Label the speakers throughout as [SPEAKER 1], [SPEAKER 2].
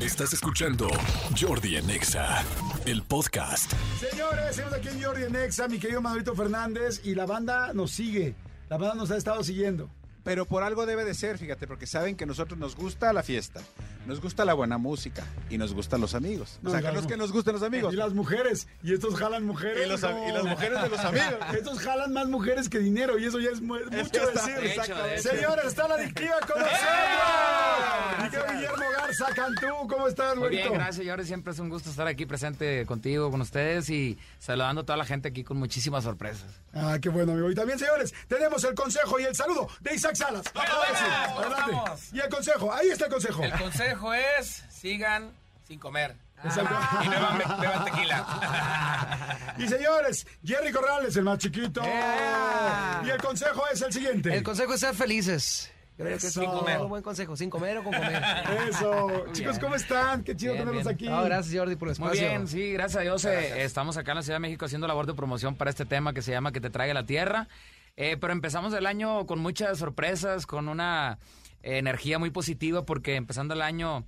[SPEAKER 1] Estás escuchando Jordi en Exa, el podcast.
[SPEAKER 2] Señores, estamos aquí en Jordi en Exa, mi querido Manolito Fernández, y la banda nos sigue. La banda nos ha estado siguiendo.
[SPEAKER 3] Pero por algo debe de ser, fíjate, porque saben que nosotros nos gusta la fiesta, nos gusta la buena música y nos gustan los amigos.
[SPEAKER 2] No,
[SPEAKER 3] o sea,
[SPEAKER 2] claro.
[SPEAKER 3] que no es que nos gusten los amigos.
[SPEAKER 2] Y las mujeres, y estos jalan mujeres.
[SPEAKER 3] Y los-
[SPEAKER 2] no.
[SPEAKER 3] y las mujeres de los amigos.
[SPEAKER 2] Estos jalan más mujeres que dinero, y eso ya es, mu- mucho
[SPEAKER 3] está-
[SPEAKER 2] decir.
[SPEAKER 3] de hecho, ¡Eh!
[SPEAKER 2] Exactamente.
[SPEAKER 4] de hecho.
[SPEAKER 2] Señores, está la adictiva con nosotros. Mi querido Guillermo Garza Cantú, ¿cómo estás,
[SPEAKER 4] Muy bien,
[SPEAKER 2] güerito?
[SPEAKER 4] gracias, Jordi. Siempre es un gusto estar aquí presente contigo, con ustedes y saludando a toda la gente aquí con muchísimas sorpresas.
[SPEAKER 2] Ah, qué bueno, amigo. Y también, señores, tenemos el consejo y el saludo de Isaac Salas. Ahora sí,
[SPEAKER 5] buenas, ¿cómo
[SPEAKER 2] adelante.
[SPEAKER 5] estamos?
[SPEAKER 2] Y el consejo, ahí está el consejo.
[SPEAKER 5] El consejo es, sigan sin comer.
[SPEAKER 2] Exacto.
[SPEAKER 3] Ah.
[SPEAKER 4] Ah.
[SPEAKER 5] Y beban, be- beban tequila.
[SPEAKER 2] Y señores, Jerry Corrales, el más chiquito. Y el consejo es el siguiente.
[SPEAKER 6] El consejo es ser felices. Yo creo que es
[SPEAKER 2] Eso.
[SPEAKER 6] un muy buen consejo, sin comer o con comer.
[SPEAKER 2] Eso. Chicos, ¿cómo están? Qué chido
[SPEAKER 4] Bien,
[SPEAKER 2] tenerlos
[SPEAKER 4] bien.
[SPEAKER 2] aquí.
[SPEAKER 6] No, gracias Jordi por el
[SPEAKER 4] Muy
[SPEAKER 6] espacio.
[SPEAKER 4] bien, sí, gracias a Dios. eh, estamos acá en la Ciudad de México haciendo labor de promoción para este tema que se llama Que te traiga la tierra. Eh, pero empezamos el año con muchas sorpresas, con una eh, energía muy positiva porque empezando el año...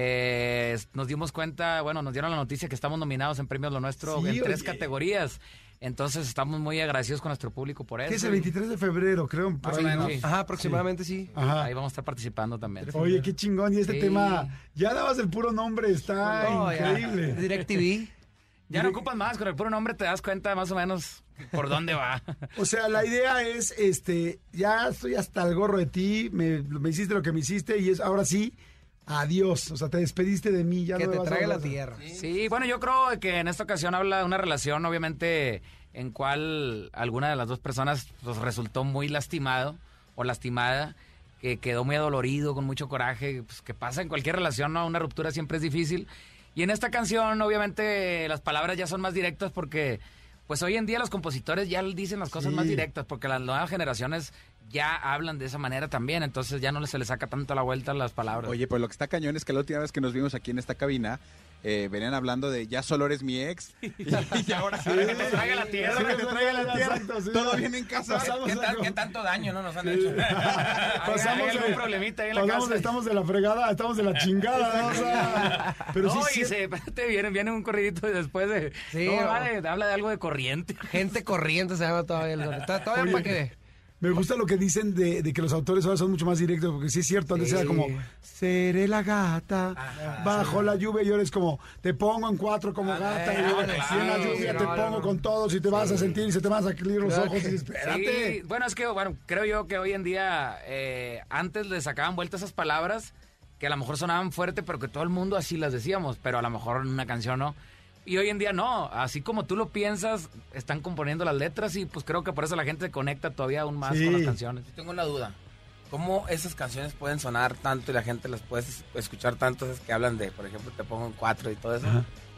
[SPEAKER 4] eh, nos dimos cuenta, bueno, nos dieron la noticia que estamos nominados en Premios Lo Nuestro
[SPEAKER 2] Sí,
[SPEAKER 4] en tres
[SPEAKER 2] oye.
[SPEAKER 4] categorías. Entonces estamos muy agradecidos con nuestro público por eso.
[SPEAKER 2] ¿Qué es el
[SPEAKER 4] y
[SPEAKER 2] 23 de febrero, creo? por
[SPEAKER 4] Más o
[SPEAKER 2] ahí,
[SPEAKER 4] menos,
[SPEAKER 2] ¿no?
[SPEAKER 4] sí.
[SPEAKER 6] Ajá, aproximadamente sí.
[SPEAKER 2] Ajá.
[SPEAKER 4] Ahí vamos a estar participando también.
[SPEAKER 2] Oye, qué chingón. Y este
[SPEAKER 4] Sí.
[SPEAKER 2] tema, ya dabas el puro nombre, está
[SPEAKER 6] No, ya.
[SPEAKER 2] increíble.
[SPEAKER 6] DirecTV.
[SPEAKER 4] Ya no ocupas más, con el puro nombre te das cuenta más o menos por dónde va.
[SPEAKER 2] O sea, la idea es, este, ya estoy hasta el gorro de ti, me, me hiciste lo que me hiciste y es ahora sí, adiós. O sea, te despediste de mí, ya
[SPEAKER 6] Que
[SPEAKER 2] no me
[SPEAKER 6] te
[SPEAKER 2] vas a
[SPEAKER 6] traiga la
[SPEAKER 2] volver a-
[SPEAKER 6] tierra.
[SPEAKER 4] Sí, bueno, yo creo que en esta ocasión habla de una relación, obviamente, en cual alguna de las dos personas pues, resultó muy lastimado o lastimada, que quedó muy adolorido, con mucho coraje, pues, que pasa en cualquier relación, ¿no? Una ruptura siempre es difícil. Y en esta canción, obviamente, las palabras ya son más directas porque, pues hoy en día los compositores ya dicen las cosas
[SPEAKER 2] Sí.
[SPEAKER 4] más directas, porque las nuevas generaciones ya hablan de esa manera también, entonces ya no se les saca tanto la vuelta a las palabras.
[SPEAKER 3] Oye, pues lo que está cañón es que la última vez que nos vimos aquí en esta cabina, eh, venían hablando de ya solo eres mi ex. Y, y ahora sí.
[SPEAKER 4] Que te traiga la tierra.
[SPEAKER 2] Sí, que te traiga la tierra.
[SPEAKER 3] Exacto, sí. Todo bien en casa.
[SPEAKER 2] Pasamos
[SPEAKER 5] ¿Qué,
[SPEAKER 2] de-
[SPEAKER 5] tan- qué tanto daño no nos han hecho?
[SPEAKER 4] Hay
[SPEAKER 2] Pasamos
[SPEAKER 4] algún
[SPEAKER 2] de-
[SPEAKER 4] problemita ahí en la
[SPEAKER 2] pasamos
[SPEAKER 4] casa.
[SPEAKER 2] de estamos de la fregada, estamos de la chingada. ¿no? O sea, pero sí,
[SPEAKER 4] no,
[SPEAKER 2] sí,
[SPEAKER 4] y se, espérate, viene, viene un corridito y después de.
[SPEAKER 6] Sí,
[SPEAKER 4] no,
[SPEAKER 6] o-
[SPEAKER 4] va de- habla de algo de corriente.
[SPEAKER 6] Gente corriente se llama todavía el Jordi. Está- Todavía
[SPEAKER 2] Oye.
[SPEAKER 6] para qué.
[SPEAKER 2] Me gusta lo que dicen de, de que los autores ahora son mucho más directos, porque sí es cierto, antes
[SPEAKER 6] Sí.
[SPEAKER 2] era como, seré la gata, bajo la lluvia, y ahora es como, te pongo en cuatro como gata, y,
[SPEAKER 6] no,
[SPEAKER 2] y en la
[SPEAKER 6] claro,
[SPEAKER 2] lluvia
[SPEAKER 6] sí,
[SPEAKER 2] te
[SPEAKER 6] no,
[SPEAKER 2] pongo
[SPEAKER 6] no, no.
[SPEAKER 2] con todos y te vas a sentir y se te van a salir los
[SPEAKER 6] Claro
[SPEAKER 2] ojos
[SPEAKER 6] que-
[SPEAKER 2] y dices, espérate.
[SPEAKER 4] Sí, bueno, es que bueno, creo yo que hoy en día eh, antes le sacaban vuelta esas palabras que a lo mejor sonaban fuerte, pero que todo el mundo así las decíamos, pero a lo mejor en una canción no. Y hoy en día no, así como tú lo piensas, están componiendo las letras y pues creo que por eso la gente se conecta todavía aún más
[SPEAKER 2] Sí.
[SPEAKER 4] con las canciones.
[SPEAKER 5] Tengo una duda. ¿Cómo esas canciones pueden sonar tanto y la gente las puede es- escuchar tanto? Esas que hablan de, por ejemplo, te pongo en cuatro y todo eso.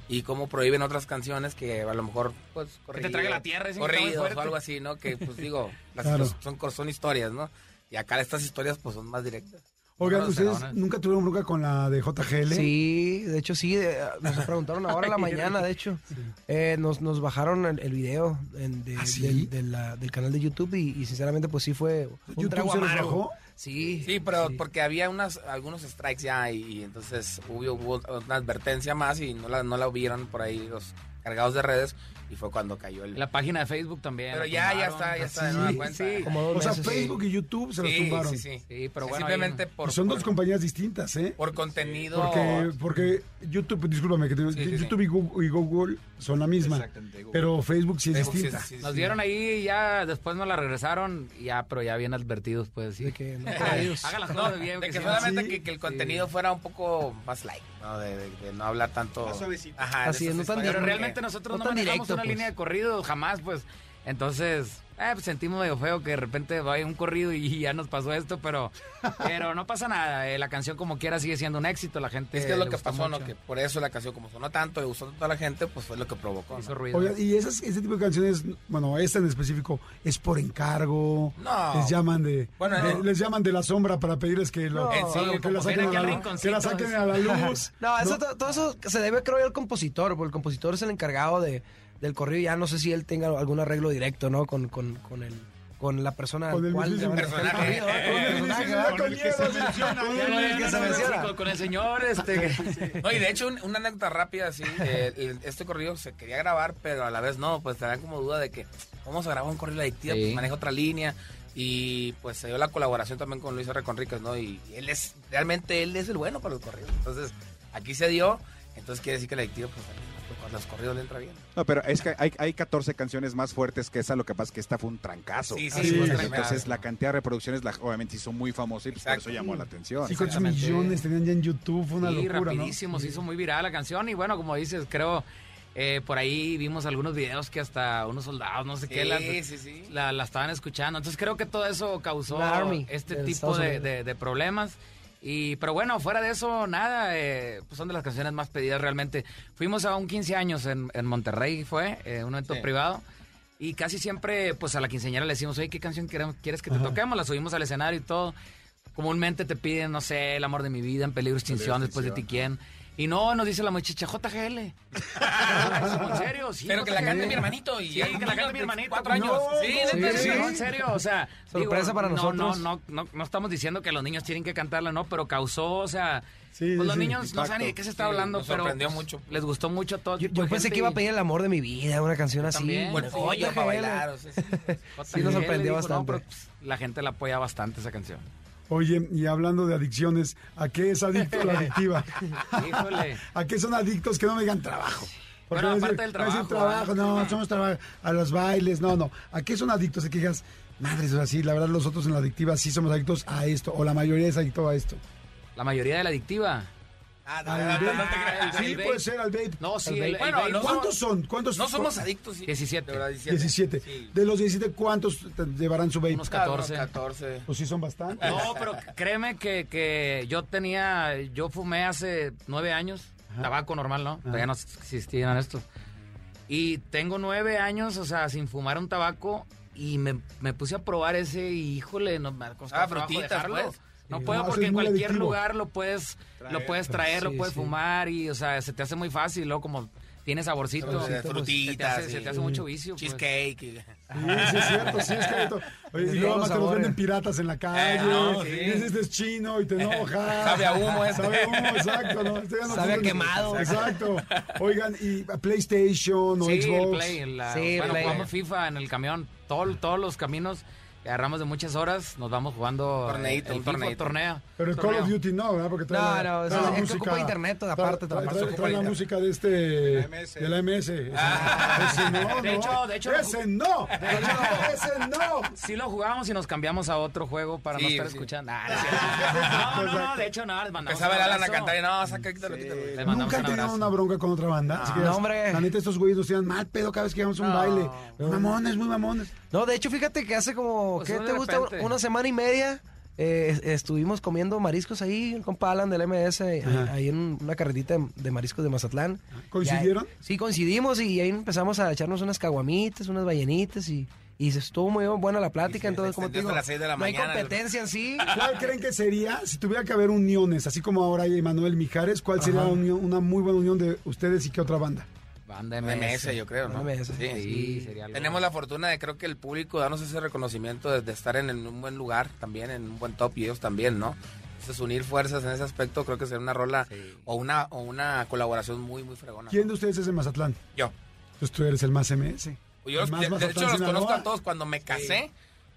[SPEAKER 5] ¿Y cómo prohíben otras canciones que a lo mejor, pues,
[SPEAKER 4] Que te traiga la tierra, dicen que está muy
[SPEAKER 5] corridos o
[SPEAKER 4] fuerte.
[SPEAKER 5] algo así, ¿no? Que, pues, digo, las
[SPEAKER 2] Claro.
[SPEAKER 5] son, son historias, ¿no? Y acá estas historias, pues, son más directas.
[SPEAKER 2] Oigan,
[SPEAKER 4] No, no,
[SPEAKER 2] ¿ustedes
[SPEAKER 4] no, no.
[SPEAKER 2] nunca tuvieron bronca con la de JGL?
[SPEAKER 6] Sí, de hecho sí. de- nos preguntaron ahora en la mañana, de hecho. Eh, nos, nos bajaron el, el video en- de-
[SPEAKER 2] ¿Ah, sí?
[SPEAKER 6] del, de la- del canal de YouTube y, y sinceramente pues sí fue un
[SPEAKER 2] ¿YouTube
[SPEAKER 6] trago
[SPEAKER 2] se los
[SPEAKER 6] amargo.
[SPEAKER 2] bajó?
[SPEAKER 6] Sí.
[SPEAKER 5] Sí, pero porque había unas algunos strikes ya y, y entonces hubo, hubo una advertencia más y no la, no la vieron por ahí los cargados de redes y fue cuando cayó el...
[SPEAKER 4] La página de Facebook también.
[SPEAKER 5] pero
[SPEAKER 4] la
[SPEAKER 5] ya, ya
[SPEAKER 4] tumbaron.
[SPEAKER 5] está, ya está de
[SPEAKER 2] Sí,
[SPEAKER 5] nueva cuenta.
[SPEAKER 4] sí.
[SPEAKER 6] Como dos
[SPEAKER 2] O sea,
[SPEAKER 6] meses, sí.
[SPEAKER 2] Facebook y YouTube se los
[SPEAKER 5] Sí,
[SPEAKER 2] tumbaron.
[SPEAKER 5] sí, sí.
[SPEAKER 4] Sí, pero
[SPEAKER 5] Sí,
[SPEAKER 4] bueno, ahí
[SPEAKER 5] Simplemente por,
[SPEAKER 2] Son dos
[SPEAKER 5] por,
[SPEAKER 2] compañías distintas, ¿eh?
[SPEAKER 5] por contenido...
[SPEAKER 2] Porque, porque YouTube, discúlpame, que te-
[SPEAKER 5] Sí, sí, sí.
[SPEAKER 2] YouTube y Google, y Google son la misma. Pero Facebook sí es
[SPEAKER 5] Facebook sí es-
[SPEAKER 2] distinta.
[SPEAKER 5] sí, sí,
[SPEAKER 4] Nos
[SPEAKER 5] sí.
[SPEAKER 4] dieron ahí y ya después nos la regresaron, y ya, pero ya bien advertidos, pues sí.
[SPEAKER 6] De que no, para ellos.
[SPEAKER 4] Hagan las
[SPEAKER 5] No,
[SPEAKER 4] cosas bien.
[SPEAKER 5] de
[SPEAKER 4] que
[SPEAKER 5] que
[SPEAKER 4] sí.
[SPEAKER 5] solamente
[SPEAKER 2] Sí.
[SPEAKER 5] que, que el contenido fuera un poco más light, ¿no? De, de- de no hablar tanto...
[SPEAKER 3] Más suavecito.
[SPEAKER 5] Ajá, de
[SPEAKER 6] Así es,
[SPEAKER 5] esas
[SPEAKER 6] no tan
[SPEAKER 4] Pero
[SPEAKER 5] historias,
[SPEAKER 6] directo.
[SPEAKER 5] porque-
[SPEAKER 4] realmente nosotros
[SPEAKER 6] No
[SPEAKER 4] no,
[SPEAKER 6] tan
[SPEAKER 4] manejamos
[SPEAKER 6] directo,
[SPEAKER 4] una
[SPEAKER 6] pues.
[SPEAKER 4] línea de corrido, jamás, pues. Entonces, eh, pues, sentimos medio feo que de repente vaya un corrido y ya nos pasó esto, pero pero no pasa nada. eh, la canción, como quiera, sigue siendo un éxito. La gente.
[SPEAKER 5] Es que es lo
[SPEAKER 4] le
[SPEAKER 5] que
[SPEAKER 4] gustó
[SPEAKER 5] pasó, ¿no?
[SPEAKER 4] mucho.
[SPEAKER 5] Que por eso la canción, como sonó tanto, le gustó tanto a la gente, pues fue lo que provocó.
[SPEAKER 4] Hizo
[SPEAKER 5] ¿no?
[SPEAKER 4] ruido.
[SPEAKER 2] Oigan, y esas, ese tipo de canciones, bueno, esta en específico, es por encargo.
[SPEAKER 5] No.
[SPEAKER 2] Les llaman de,
[SPEAKER 5] Bueno,
[SPEAKER 2] de-
[SPEAKER 5] eh.
[SPEAKER 2] les llaman de la sombra para pedirles que, lo,
[SPEAKER 5] No, en serio,
[SPEAKER 2] que, la
[SPEAKER 5] como
[SPEAKER 2] saquen
[SPEAKER 4] ven aquí
[SPEAKER 2] a
[SPEAKER 4] al
[SPEAKER 2] la,
[SPEAKER 4] rinconcito,
[SPEAKER 2] que la saquen a la luz.
[SPEAKER 6] No, eso, to- todo eso se debe, creo yo, al compositor, porque el compositor es el encargado de, del corrido. Ya no sé si él tenga algún arreglo directo, ¿no? Con, con, con el, con la persona
[SPEAKER 2] Con el
[SPEAKER 6] al cual le
[SPEAKER 2] mismísimo
[SPEAKER 6] van a hacer
[SPEAKER 4] personaje.
[SPEAKER 6] el corrido, ¿verdad? Con el
[SPEAKER 2] Con el
[SPEAKER 6] personaje,
[SPEAKER 2] mismísimo
[SPEAKER 6] ¿verdad?
[SPEAKER 2] con miedo menciona.
[SPEAKER 6] que se- con el
[SPEAKER 4] No, no, no,
[SPEAKER 6] que
[SPEAKER 4] no,
[SPEAKER 6] se
[SPEAKER 4] no,
[SPEAKER 6] menciona.
[SPEAKER 4] sí, con- Con el señor, este. que-
[SPEAKER 5] No, y de hecho, un- una anécdota rápida, sí. eh, el- este corrido se quería grabar, pero a la vez no, pues te dan como duda de que vamos a grabar un corrido adictivo,
[SPEAKER 4] Sí.
[SPEAKER 5] pues maneja otra línea. Y pues se dio la colaboración también con Luis R. Conríquez, ¿no? Y, y él es, realmente él es el bueno para los corridos. Entonces, aquí se dio, entonces quiere decir que el adictivo, pues a los corridos le entra bien.
[SPEAKER 3] No, pero es que hay, hay 14 canciones más fuertes que esa, lo que pasa es que esta fue un trancazo.
[SPEAKER 5] Sí,
[SPEAKER 2] sí, fue un
[SPEAKER 3] Entonces
[SPEAKER 5] trancazo.
[SPEAKER 3] la cantidad de reproducciones la, obviamente hizo muy famosa y pues, por
[SPEAKER 5] Exacto.
[SPEAKER 3] eso llamó la atención.
[SPEAKER 2] Sí, ¿Cuántos
[SPEAKER 4] Exactamente.
[SPEAKER 2] millones tenían ya en YouTube? Fue una
[SPEAKER 4] Sí,
[SPEAKER 2] locura, ¿no?
[SPEAKER 4] rapidísimo, se hizo muy viral la canción y bueno, como dices, creo, eh, por ahí vimos algunos videos que hasta unos soldados, no sé qué, la,
[SPEAKER 5] Sí, sí, sí.
[SPEAKER 4] la- la estaban escuchando. Entonces creo que todo eso causó
[SPEAKER 6] La Army
[SPEAKER 4] este
[SPEAKER 6] de
[SPEAKER 4] tipo
[SPEAKER 6] Estados
[SPEAKER 4] de,
[SPEAKER 6] Unidos.
[SPEAKER 4] de- de problemas. Y, pero bueno, fuera de eso, nada, eh, pues son de las canciones más pedidas realmente. Fuimos a un 15 años en, en Monterrey, fue, eh, un evento
[SPEAKER 5] Sí.
[SPEAKER 4] privado. Y casi siempre, pues a la quinceañera le decimos, oye, ¿qué canción queremos- quieres que te toquemos? La subimos al escenario y todo. Comúnmente te piden, no sé, El amor de mi vida, En peligro de extinción, después de ti quién. Y no, nos dice la muchacha, JGL. ¿En serio? Sí,
[SPEAKER 5] Pero que la
[SPEAKER 4] JGL.
[SPEAKER 5] cante mi hermanito. Y
[SPEAKER 4] Sí, que la cante mi hermanito.
[SPEAKER 5] Cuatro años.
[SPEAKER 4] No,
[SPEAKER 5] sí,
[SPEAKER 4] no,
[SPEAKER 5] neta,
[SPEAKER 4] sí,
[SPEAKER 5] sí.
[SPEAKER 4] no, en serio, o sea.
[SPEAKER 6] Sorpresa para
[SPEAKER 4] no,
[SPEAKER 6] nosotros.
[SPEAKER 4] No, no, no, no estamos diciendo que los niños tienen que cantarla, no, pero causó, o sea.
[SPEAKER 2] Sí,
[SPEAKER 4] pues
[SPEAKER 2] sí,
[SPEAKER 4] los
[SPEAKER 2] sí,
[SPEAKER 4] niños no saben ni de
[SPEAKER 3] impacto.
[SPEAKER 4] qué se está
[SPEAKER 5] Sí,
[SPEAKER 4] hablando,
[SPEAKER 5] nos
[SPEAKER 4] pero. pues,
[SPEAKER 5] sorprendió mucho.
[SPEAKER 4] Les gustó mucho a todo.
[SPEAKER 6] Yo,
[SPEAKER 4] tipo
[SPEAKER 6] yo
[SPEAKER 4] de
[SPEAKER 6] pensé
[SPEAKER 4] gente
[SPEAKER 6] que iba a
[SPEAKER 4] y-
[SPEAKER 6] pedir el amor de mi vida, una canción así.
[SPEAKER 4] también.
[SPEAKER 5] O el pollo
[SPEAKER 6] JGL.
[SPEAKER 5] para bailar. o sea, sí, sí.
[SPEAKER 6] Sí, nos
[SPEAKER 4] JGL
[SPEAKER 6] sorprendió
[SPEAKER 4] dijo, no,
[SPEAKER 6] bastante.
[SPEAKER 4] pero, pues, la gente la apoya bastante esa canción.
[SPEAKER 2] Oye, y hablando de adicciones, ¿a qué es adicto la adictiva?
[SPEAKER 4] Híjole.
[SPEAKER 2] ¿A qué son adictos que no me digan trabajo? Porque
[SPEAKER 4] Bueno,
[SPEAKER 2] van a
[SPEAKER 4] aparte del
[SPEAKER 2] van a decir trabajo,
[SPEAKER 4] trabajo,
[SPEAKER 2] no, somos traba- a los bailes, no, no. ¿A qué son adictos? ¿A qué digas? Madres, o sea, sí, la verdad, nosotros en la adictiva sí somos adictos a esto, o la mayoría es adicto a esto.
[SPEAKER 4] La mayoría de la adictiva.
[SPEAKER 5] Ah, no,
[SPEAKER 2] Al
[SPEAKER 5] no, no, no te
[SPEAKER 2] vape.
[SPEAKER 5] creas.
[SPEAKER 2] sí,
[SPEAKER 4] al
[SPEAKER 2] pues,
[SPEAKER 4] vape.
[SPEAKER 2] puede ser al vape.
[SPEAKER 4] No, sí,
[SPEAKER 2] Al vape.
[SPEAKER 4] el- el
[SPEAKER 5] Bueno,
[SPEAKER 4] vape.
[SPEAKER 5] no
[SPEAKER 2] ¿Cuántos son? ¿Cuántos
[SPEAKER 5] No somos adictos, sí.
[SPEAKER 4] 17.
[SPEAKER 5] De verdad,
[SPEAKER 2] 17.
[SPEAKER 5] Sí.
[SPEAKER 2] pues, De los 17, ¿cuántos te- llevarán su vape?
[SPEAKER 4] Unos
[SPEAKER 5] Ah, unos
[SPEAKER 4] 14.
[SPEAKER 5] 14.
[SPEAKER 2] Pues sí, son bastantes.
[SPEAKER 4] No, pero créeme que, que yo tenía, yo fumé hace nueve años, tabaco normal,
[SPEAKER 2] Ah.
[SPEAKER 4] ¿no? Todavía no existían estos. Y tengo nueve años, o sea, sin fumar un tabaco y me, me puse a probar ese y híjole, no me costaba
[SPEAKER 5] Ah,
[SPEAKER 4] trabajo
[SPEAKER 5] frutitas,
[SPEAKER 4] dejarlo.
[SPEAKER 5] pues.
[SPEAKER 4] No
[SPEAKER 2] Sí.
[SPEAKER 4] puedo
[SPEAKER 2] No, eso
[SPEAKER 4] porque
[SPEAKER 2] es
[SPEAKER 4] en
[SPEAKER 2] muy
[SPEAKER 4] cualquier
[SPEAKER 2] adictivo.
[SPEAKER 4] lugar lo puedes lo puedes traer, lo
[SPEAKER 6] Sí,
[SPEAKER 4] puedes
[SPEAKER 6] sí.
[SPEAKER 4] fumar y o sea, se te hace muy fácil, luego como tiene saborcito,
[SPEAKER 5] Saborcito,
[SPEAKER 4] se te
[SPEAKER 5] frutitas,
[SPEAKER 4] hace, se
[SPEAKER 5] sí.
[SPEAKER 4] te hace mucho vicio. pues.
[SPEAKER 5] Cheesecake. y-
[SPEAKER 2] Sí, sí, es cierto, sí, es cierto. Oye,
[SPEAKER 6] Les
[SPEAKER 2] y
[SPEAKER 6] digo
[SPEAKER 2] luego
[SPEAKER 6] los
[SPEAKER 2] más te los
[SPEAKER 6] sabores.
[SPEAKER 2] venden piratas en la calle.
[SPEAKER 5] Eh, no, sí.
[SPEAKER 2] y dices, este es chino y te enojas.
[SPEAKER 5] Sabe a humo este.
[SPEAKER 2] Sabe a humo, exacto. ¿no? Este ya no
[SPEAKER 6] Sabe a
[SPEAKER 2] tiene-
[SPEAKER 6] quemado.
[SPEAKER 2] Exacto. Oigan, ¿y PlayStation o
[SPEAKER 4] sí, el
[SPEAKER 2] Xbox?
[SPEAKER 4] Play, la-
[SPEAKER 6] Sí, el
[SPEAKER 4] bueno,
[SPEAKER 6] Play.
[SPEAKER 4] jugamos FIFA en el camión, todo- todos los caminos, agarramos de muchas horas, nos vamos jugando eh,
[SPEAKER 5] Torneito,
[SPEAKER 4] el
[SPEAKER 5] un
[SPEAKER 4] FIFA
[SPEAKER 5] torneito.
[SPEAKER 4] torneo.
[SPEAKER 2] Pero el Call
[SPEAKER 4] torneo.
[SPEAKER 2] of Duty no, ¿verdad? Porque trae
[SPEAKER 6] No,
[SPEAKER 2] la-
[SPEAKER 6] no,
[SPEAKER 2] trae
[SPEAKER 6] es-
[SPEAKER 2] la
[SPEAKER 6] es que
[SPEAKER 2] música-
[SPEAKER 6] ocupa internet,
[SPEAKER 2] trae-
[SPEAKER 6] aparte,
[SPEAKER 2] trae-
[SPEAKER 6] aparte
[SPEAKER 2] trae-
[SPEAKER 6] ocupa
[SPEAKER 2] trae la
[SPEAKER 6] internet.
[SPEAKER 2] música de este...
[SPEAKER 3] MS.
[SPEAKER 2] De la MS. Ese no,
[SPEAKER 4] Ah. De
[SPEAKER 2] no.
[SPEAKER 4] hecho- de hecho-
[SPEAKER 2] ¡Ese no! ¡Ese no!
[SPEAKER 4] Sí lo jugamos y nos cambiamos a otro juego para no
[SPEAKER 5] Sí,
[SPEAKER 4] estar
[SPEAKER 5] sí.
[SPEAKER 4] escuchando. Ah, no es cierto. no, no, no, de hecho no, les mandamos
[SPEAKER 5] Empezaba el
[SPEAKER 4] un
[SPEAKER 5] Alan a
[SPEAKER 4] abrazo.
[SPEAKER 5] cantar y no, saca, quítalo, quítalo.
[SPEAKER 4] Les mandamos
[SPEAKER 2] Nunca
[SPEAKER 4] un
[SPEAKER 2] he tenido
[SPEAKER 4] abrazo.
[SPEAKER 2] una bronca con otra banda. Así que
[SPEAKER 6] No,
[SPEAKER 2] las-
[SPEAKER 6] hombre.
[SPEAKER 2] La neta, estos güeyes nos tiran mal pedo cada vez que llevamos a un baile. Mamones, muy mamones.
[SPEAKER 6] No, de hecho, fíjate que hace como,
[SPEAKER 4] Pues,
[SPEAKER 6] ¿qué
[SPEAKER 4] de
[SPEAKER 6] te gusta?
[SPEAKER 4] repente.
[SPEAKER 6] Una semana y media eh, es- estuvimos comiendo mariscos ahí, el compa Alan del MS, eh, ahí en una carretita de- de mariscos de Mazatlán.
[SPEAKER 2] ¿Coincidieron?
[SPEAKER 6] Y ahí- sí, coincidimos y ahí empezamos a echarnos unas caguamitas, unas ballenitas y, y se estuvo muy buena la plática.
[SPEAKER 5] Y se
[SPEAKER 6] entonces, como te digo,
[SPEAKER 5] extendió hasta las seis de la
[SPEAKER 6] no hay
[SPEAKER 5] mañana, el-
[SPEAKER 6] competencia en sí.
[SPEAKER 2] ¿Cuál creen que sería, si tuviera que haber uniones, así como ahora hay Manuel Mijares, cuál sería la unión- una muy buena unión de ustedes y qué otra banda?
[SPEAKER 4] Banda MS.
[SPEAKER 5] MS, yo creo, ¿no?
[SPEAKER 6] MS.
[SPEAKER 5] Sí.
[SPEAKER 4] Sí, sería algo.
[SPEAKER 5] Tenemos la fortuna de creo que el público darnos ese reconocimiento de, de estar en, en un buen lugar también, en un buen top y ellos también, ¿no? Entonces unir fuerzas en ese aspecto creo que sería una rola o una o una colaboración muy muy fregona.
[SPEAKER 2] ¿Quién de ustedes es de Mazatlán?
[SPEAKER 5] Yo.
[SPEAKER 2] Pues tú eres el más MS.
[SPEAKER 5] Pues yo los-
[SPEAKER 2] El más
[SPEAKER 5] de, de
[SPEAKER 2] Mazatlán,
[SPEAKER 5] hecho los conozco
[SPEAKER 2] Sinaloa.
[SPEAKER 5] a todos cuando me casé.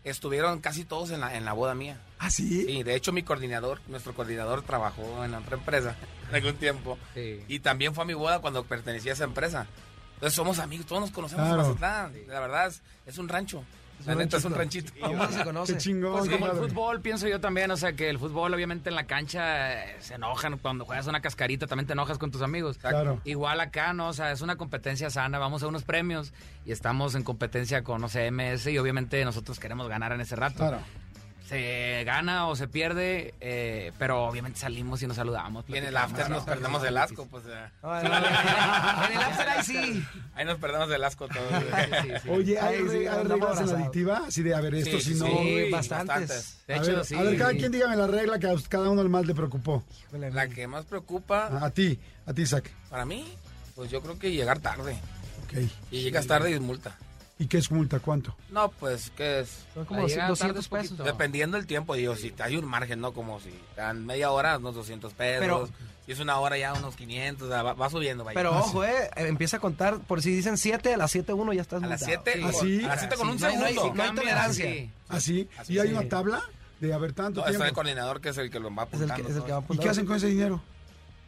[SPEAKER 5] Estuvieron casi todos en la, en la boda mía.
[SPEAKER 2] ¿Ah, sí?
[SPEAKER 5] Sí, de hecho mi coordinador, nuestro coordinador trabajó en otra empresa en algún tiempo.
[SPEAKER 4] Sí.
[SPEAKER 5] Y también fue a mi boda cuando pertenecía a esa empresa. Entonces somos amigos, todos nos conocemos
[SPEAKER 2] Claro.
[SPEAKER 5] en Mazatlán. La verdad es, es un rancho. la
[SPEAKER 2] un
[SPEAKER 5] neta es un
[SPEAKER 2] ranchito.
[SPEAKER 5] ranchito.
[SPEAKER 6] Todo el mundo se conoce.
[SPEAKER 2] Qué chingón.
[SPEAKER 4] Pues
[SPEAKER 2] qué
[SPEAKER 4] como el
[SPEAKER 2] padre.
[SPEAKER 4] fútbol, pienso yo también, o sea, que el fútbol obviamente en la cancha eh, se enojan, cuando juegas una cascarita también te enojas con tus amigos.
[SPEAKER 2] Claro.
[SPEAKER 4] Igual acá, ¿no? O sea, es una competencia sana, vamos a unos premios y estamos en competencia con, no sé, MS y obviamente nosotros queremos ganar en ese rato.
[SPEAKER 2] Claro.
[SPEAKER 4] Se gana o se pierde, eh, pero obviamente salimos y nos saludamos.
[SPEAKER 5] Y en el
[SPEAKER 4] platicamos,
[SPEAKER 5] after
[SPEAKER 4] ¿no?
[SPEAKER 5] nos perdemos del asco, pues. eh.
[SPEAKER 6] No, no, no, no, no. en el after ahí sí.
[SPEAKER 5] Ahí nos perdemos del asco todo.
[SPEAKER 4] Sí, sí, sí.
[SPEAKER 2] Oye, ¿hay,
[SPEAKER 6] Ay, sí,
[SPEAKER 2] re- hay reglas
[SPEAKER 6] andamos
[SPEAKER 2] en la
[SPEAKER 6] abrazados.
[SPEAKER 2] adictiva? Así de, a ver, esto si
[SPEAKER 5] sí,
[SPEAKER 2] no...
[SPEAKER 6] sí,
[SPEAKER 5] sí,
[SPEAKER 6] bastantes.
[SPEAKER 5] bastantes.
[SPEAKER 4] De
[SPEAKER 2] a,
[SPEAKER 4] hecho,
[SPEAKER 2] ver,
[SPEAKER 4] sí.
[SPEAKER 2] a ver, cada quien dígame la regla que a cada uno al más le preocupó.
[SPEAKER 5] La que más preocupa
[SPEAKER 2] A ti, a ti, Isaac.
[SPEAKER 5] para mí, pues yo creo que llegar tarde.
[SPEAKER 2] Ok.
[SPEAKER 5] Y llegas tarde y multa.
[SPEAKER 2] ¿Y qué es multa? ¿Cuánto?
[SPEAKER 5] No, pues, ¿qué es?
[SPEAKER 6] Son como
[SPEAKER 4] La llegada
[SPEAKER 6] 200
[SPEAKER 4] tarde es
[SPEAKER 6] pesos.
[SPEAKER 4] poquito.
[SPEAKER 5] Dependiendo del tiempo, digo, si hay un margen, ¿no? Como si dan media hora, unos 200 pesos.
[SPEAKER 6] Pero-
[SPEAKER 5] si es una hora ya, unos 500. o sea, va, va subiendo, vaya. Ah,
[SPEAKER 6] Pero ojo, eh, empieza a contar, por si dicen 7, a las 7 uno ya estás
[SPEAKER 5] A las
[SPEAKER 6] multado.
[SPEAKER 5] 7,
[SPEAKER 2] Ah, sí.
[SPEAKER 5] a las 7 con
[SPEAKER 4] Sí,
[SPEAKER 5] un
[SPEAKER 4] no hay- no
[SPEAKER 5] segundo.
[SPEAKER 4] hay- no hay
[SPEAKER 5] Cambia,
[SPEAKER 4] tolerancia.
[SPEAKER 5] sí.
[SPEAKER 2] ¿Así?
[SPEAKER 5] Así
[SPEAKER 2] ¿Y hay
[SPEAKER 6] sí.
[SPEAKER 2] una tabla de haber tanto
[SPEAKER 5] No, está el
[SPEAKER 2] tiempo?
[SPEAKER 5] coordinador que es el que lo va
[SPEAKER 6] Es el
[SPEAKER 5] apuntando.
[SPEAKER 6] que, es el que va
[SPEAKER 5] todo.
[SPEAKER 6] a
[SPEAKER 2] ¿Y
[SPEAKER 6] apuntar.
[SPEAKER 2] qué hacen con ese dinero?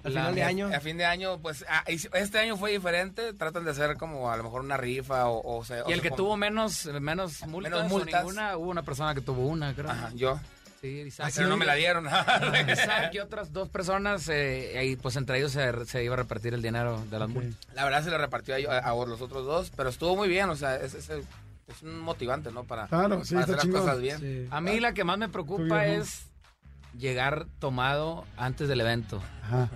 [SPEAKER 6] Al
[SPEAKER 4] La-
[SPEAKER 6] final de
[SPEAKER 5] Y a-
[SPEAKER 6] año.
[SPEAKER 5] A fin de año, pues ah, y si- este año fue diferente. Tratan de hacer como a lo mejor una rifa o, o se- o
[SPEAKER 4] Y el
[SPEAKER 5] se
[SPEAKER 4] que
[SPEAKER 5] pon-
[SPEAKER 4] tuvo menos, menos multas, o
[SPEAKER 5] multas.
[SPEAKER 4] ninguna, hubo una persona que tuvo una, creo.
[SPEAKER 5] Ajá, yo.
[SPEAKER 4] Ah, Sí, Isaac.
[SPEAKER 5] pero no me la dieron.
[SPEAKER 4] Isaac y otras dos personas, eh, y pues entre ellos se, se iba a repartir el dinero de las multas.
[SPEAKER 5] La verdad se le repartió a, yo- a- a los otros dos, pero estuvo muy bien. O sea, es, es, es un motivante, ¿no? Para,
[SPEAKER 2] Claro, sí,
[SPEAKER 5] para
[SPEAKER 2] está
[SPEAKER 5] hacer las
[SPEAKER 2] chingón.
[SPEAKER 5] cosas bien.
[SPEAKER 6] Sí.
[SPEAKER 4] A mí la que más me preocupa
[SPEAKER 2] bien, ¿no?
[SPEAKER 4] es llegar tomado antes del evento.
[SPEAKER 2] Ajá.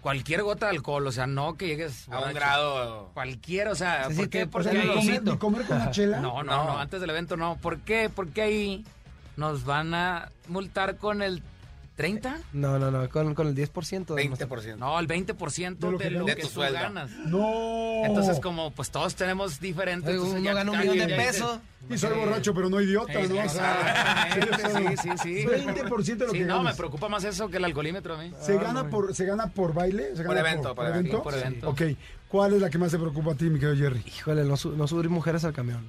[SPEAKER 4] Cualquier gota de alcohol, o sea, no que llegues
[SPEAKER 5] A un
[SPEAKER 4] borracho.
[SPEAKER 5] grado.
[SPEAKER 4] Cualquier, o sea,
[SPEAKER 6] Sí, sí,
[SPEAKER 4] ¿por qué?
[SPEAKER 6] que-
[SPEAKER 2] O
[SPEAKER 4] Porque
[SPEAKER 2] sea, ni
[SPEAKER 4] ahí-
[SPEAKER 2] comer, ni comer con una chela.
[SPEAKER 4] No, no, no, antes del evento no. ¿Por qué? Porque ahí nos van a multar con el 30?
[SPEAKER 6] No, no, no, con, con el 10%. de
[SPEAKER 5] 20%.
[SPEAKER 4] No, el 20%
[SPEAKER 2] De
[SPEAKER 4] de
[SPEAKER 2] lo
[SPEAKER 4] lo
[SPEAKER 2] que ganas.
[SPEAKER 4] que,
[SPEAKER 5] De tu
[SPEAKER 4] tú
[SPEAKER 5] sueldo.
[SPEAKER 4] ganas.
[SPEAKER 2] No.
[SPEAKER 4] Entonces, como pues todos tenemos diferentes.
[SPEAKER 6] Oye,
[SPEAKER 4] entonces,
[SPEAKER 6] uno
[SPEAKER 4] ya
[SPEAKER 6] gana un
[SPEAKER 4] cada
[SPEAKER 6] millón
[SPEAKER 4] quien
[SPEAKER 6] de
[SPEAKER 4] ya
[SPEAKER 6] pesos.
[SPEAKER 2] Y soy borracho, pero no idiota,
[SPEAKER 4] dice,
[SPEAKER 2] ¿no? O sea,
[SPEAKER 4] Exactamente, sí, sí, sí.
[SPEAKER 2] 20% de lo
[SPEAKER 4] Sí,
[SPEAKER 2] que
[SPEAKER 4] no, me
[SPEAKER 2] ganas.
[SPEAKER 4] preocupa más eso que el alcoholímetro a mí.
[SPEAKER 2] ¿Se, gana por, ¿Se gana por baile? ¿Se
[SPEAKER 5] Por
[SPEAKER 2] gana
[SPEAKER 5] evento, por evento,
[SPEAKER 4] por evento.
[SPEAKER 2] Ok. ¿Cuál es la que más te preocupa a ti, mi querido Jerry?
[SPEAKER 6] Híjole, no, su- no subir mujeres al camión.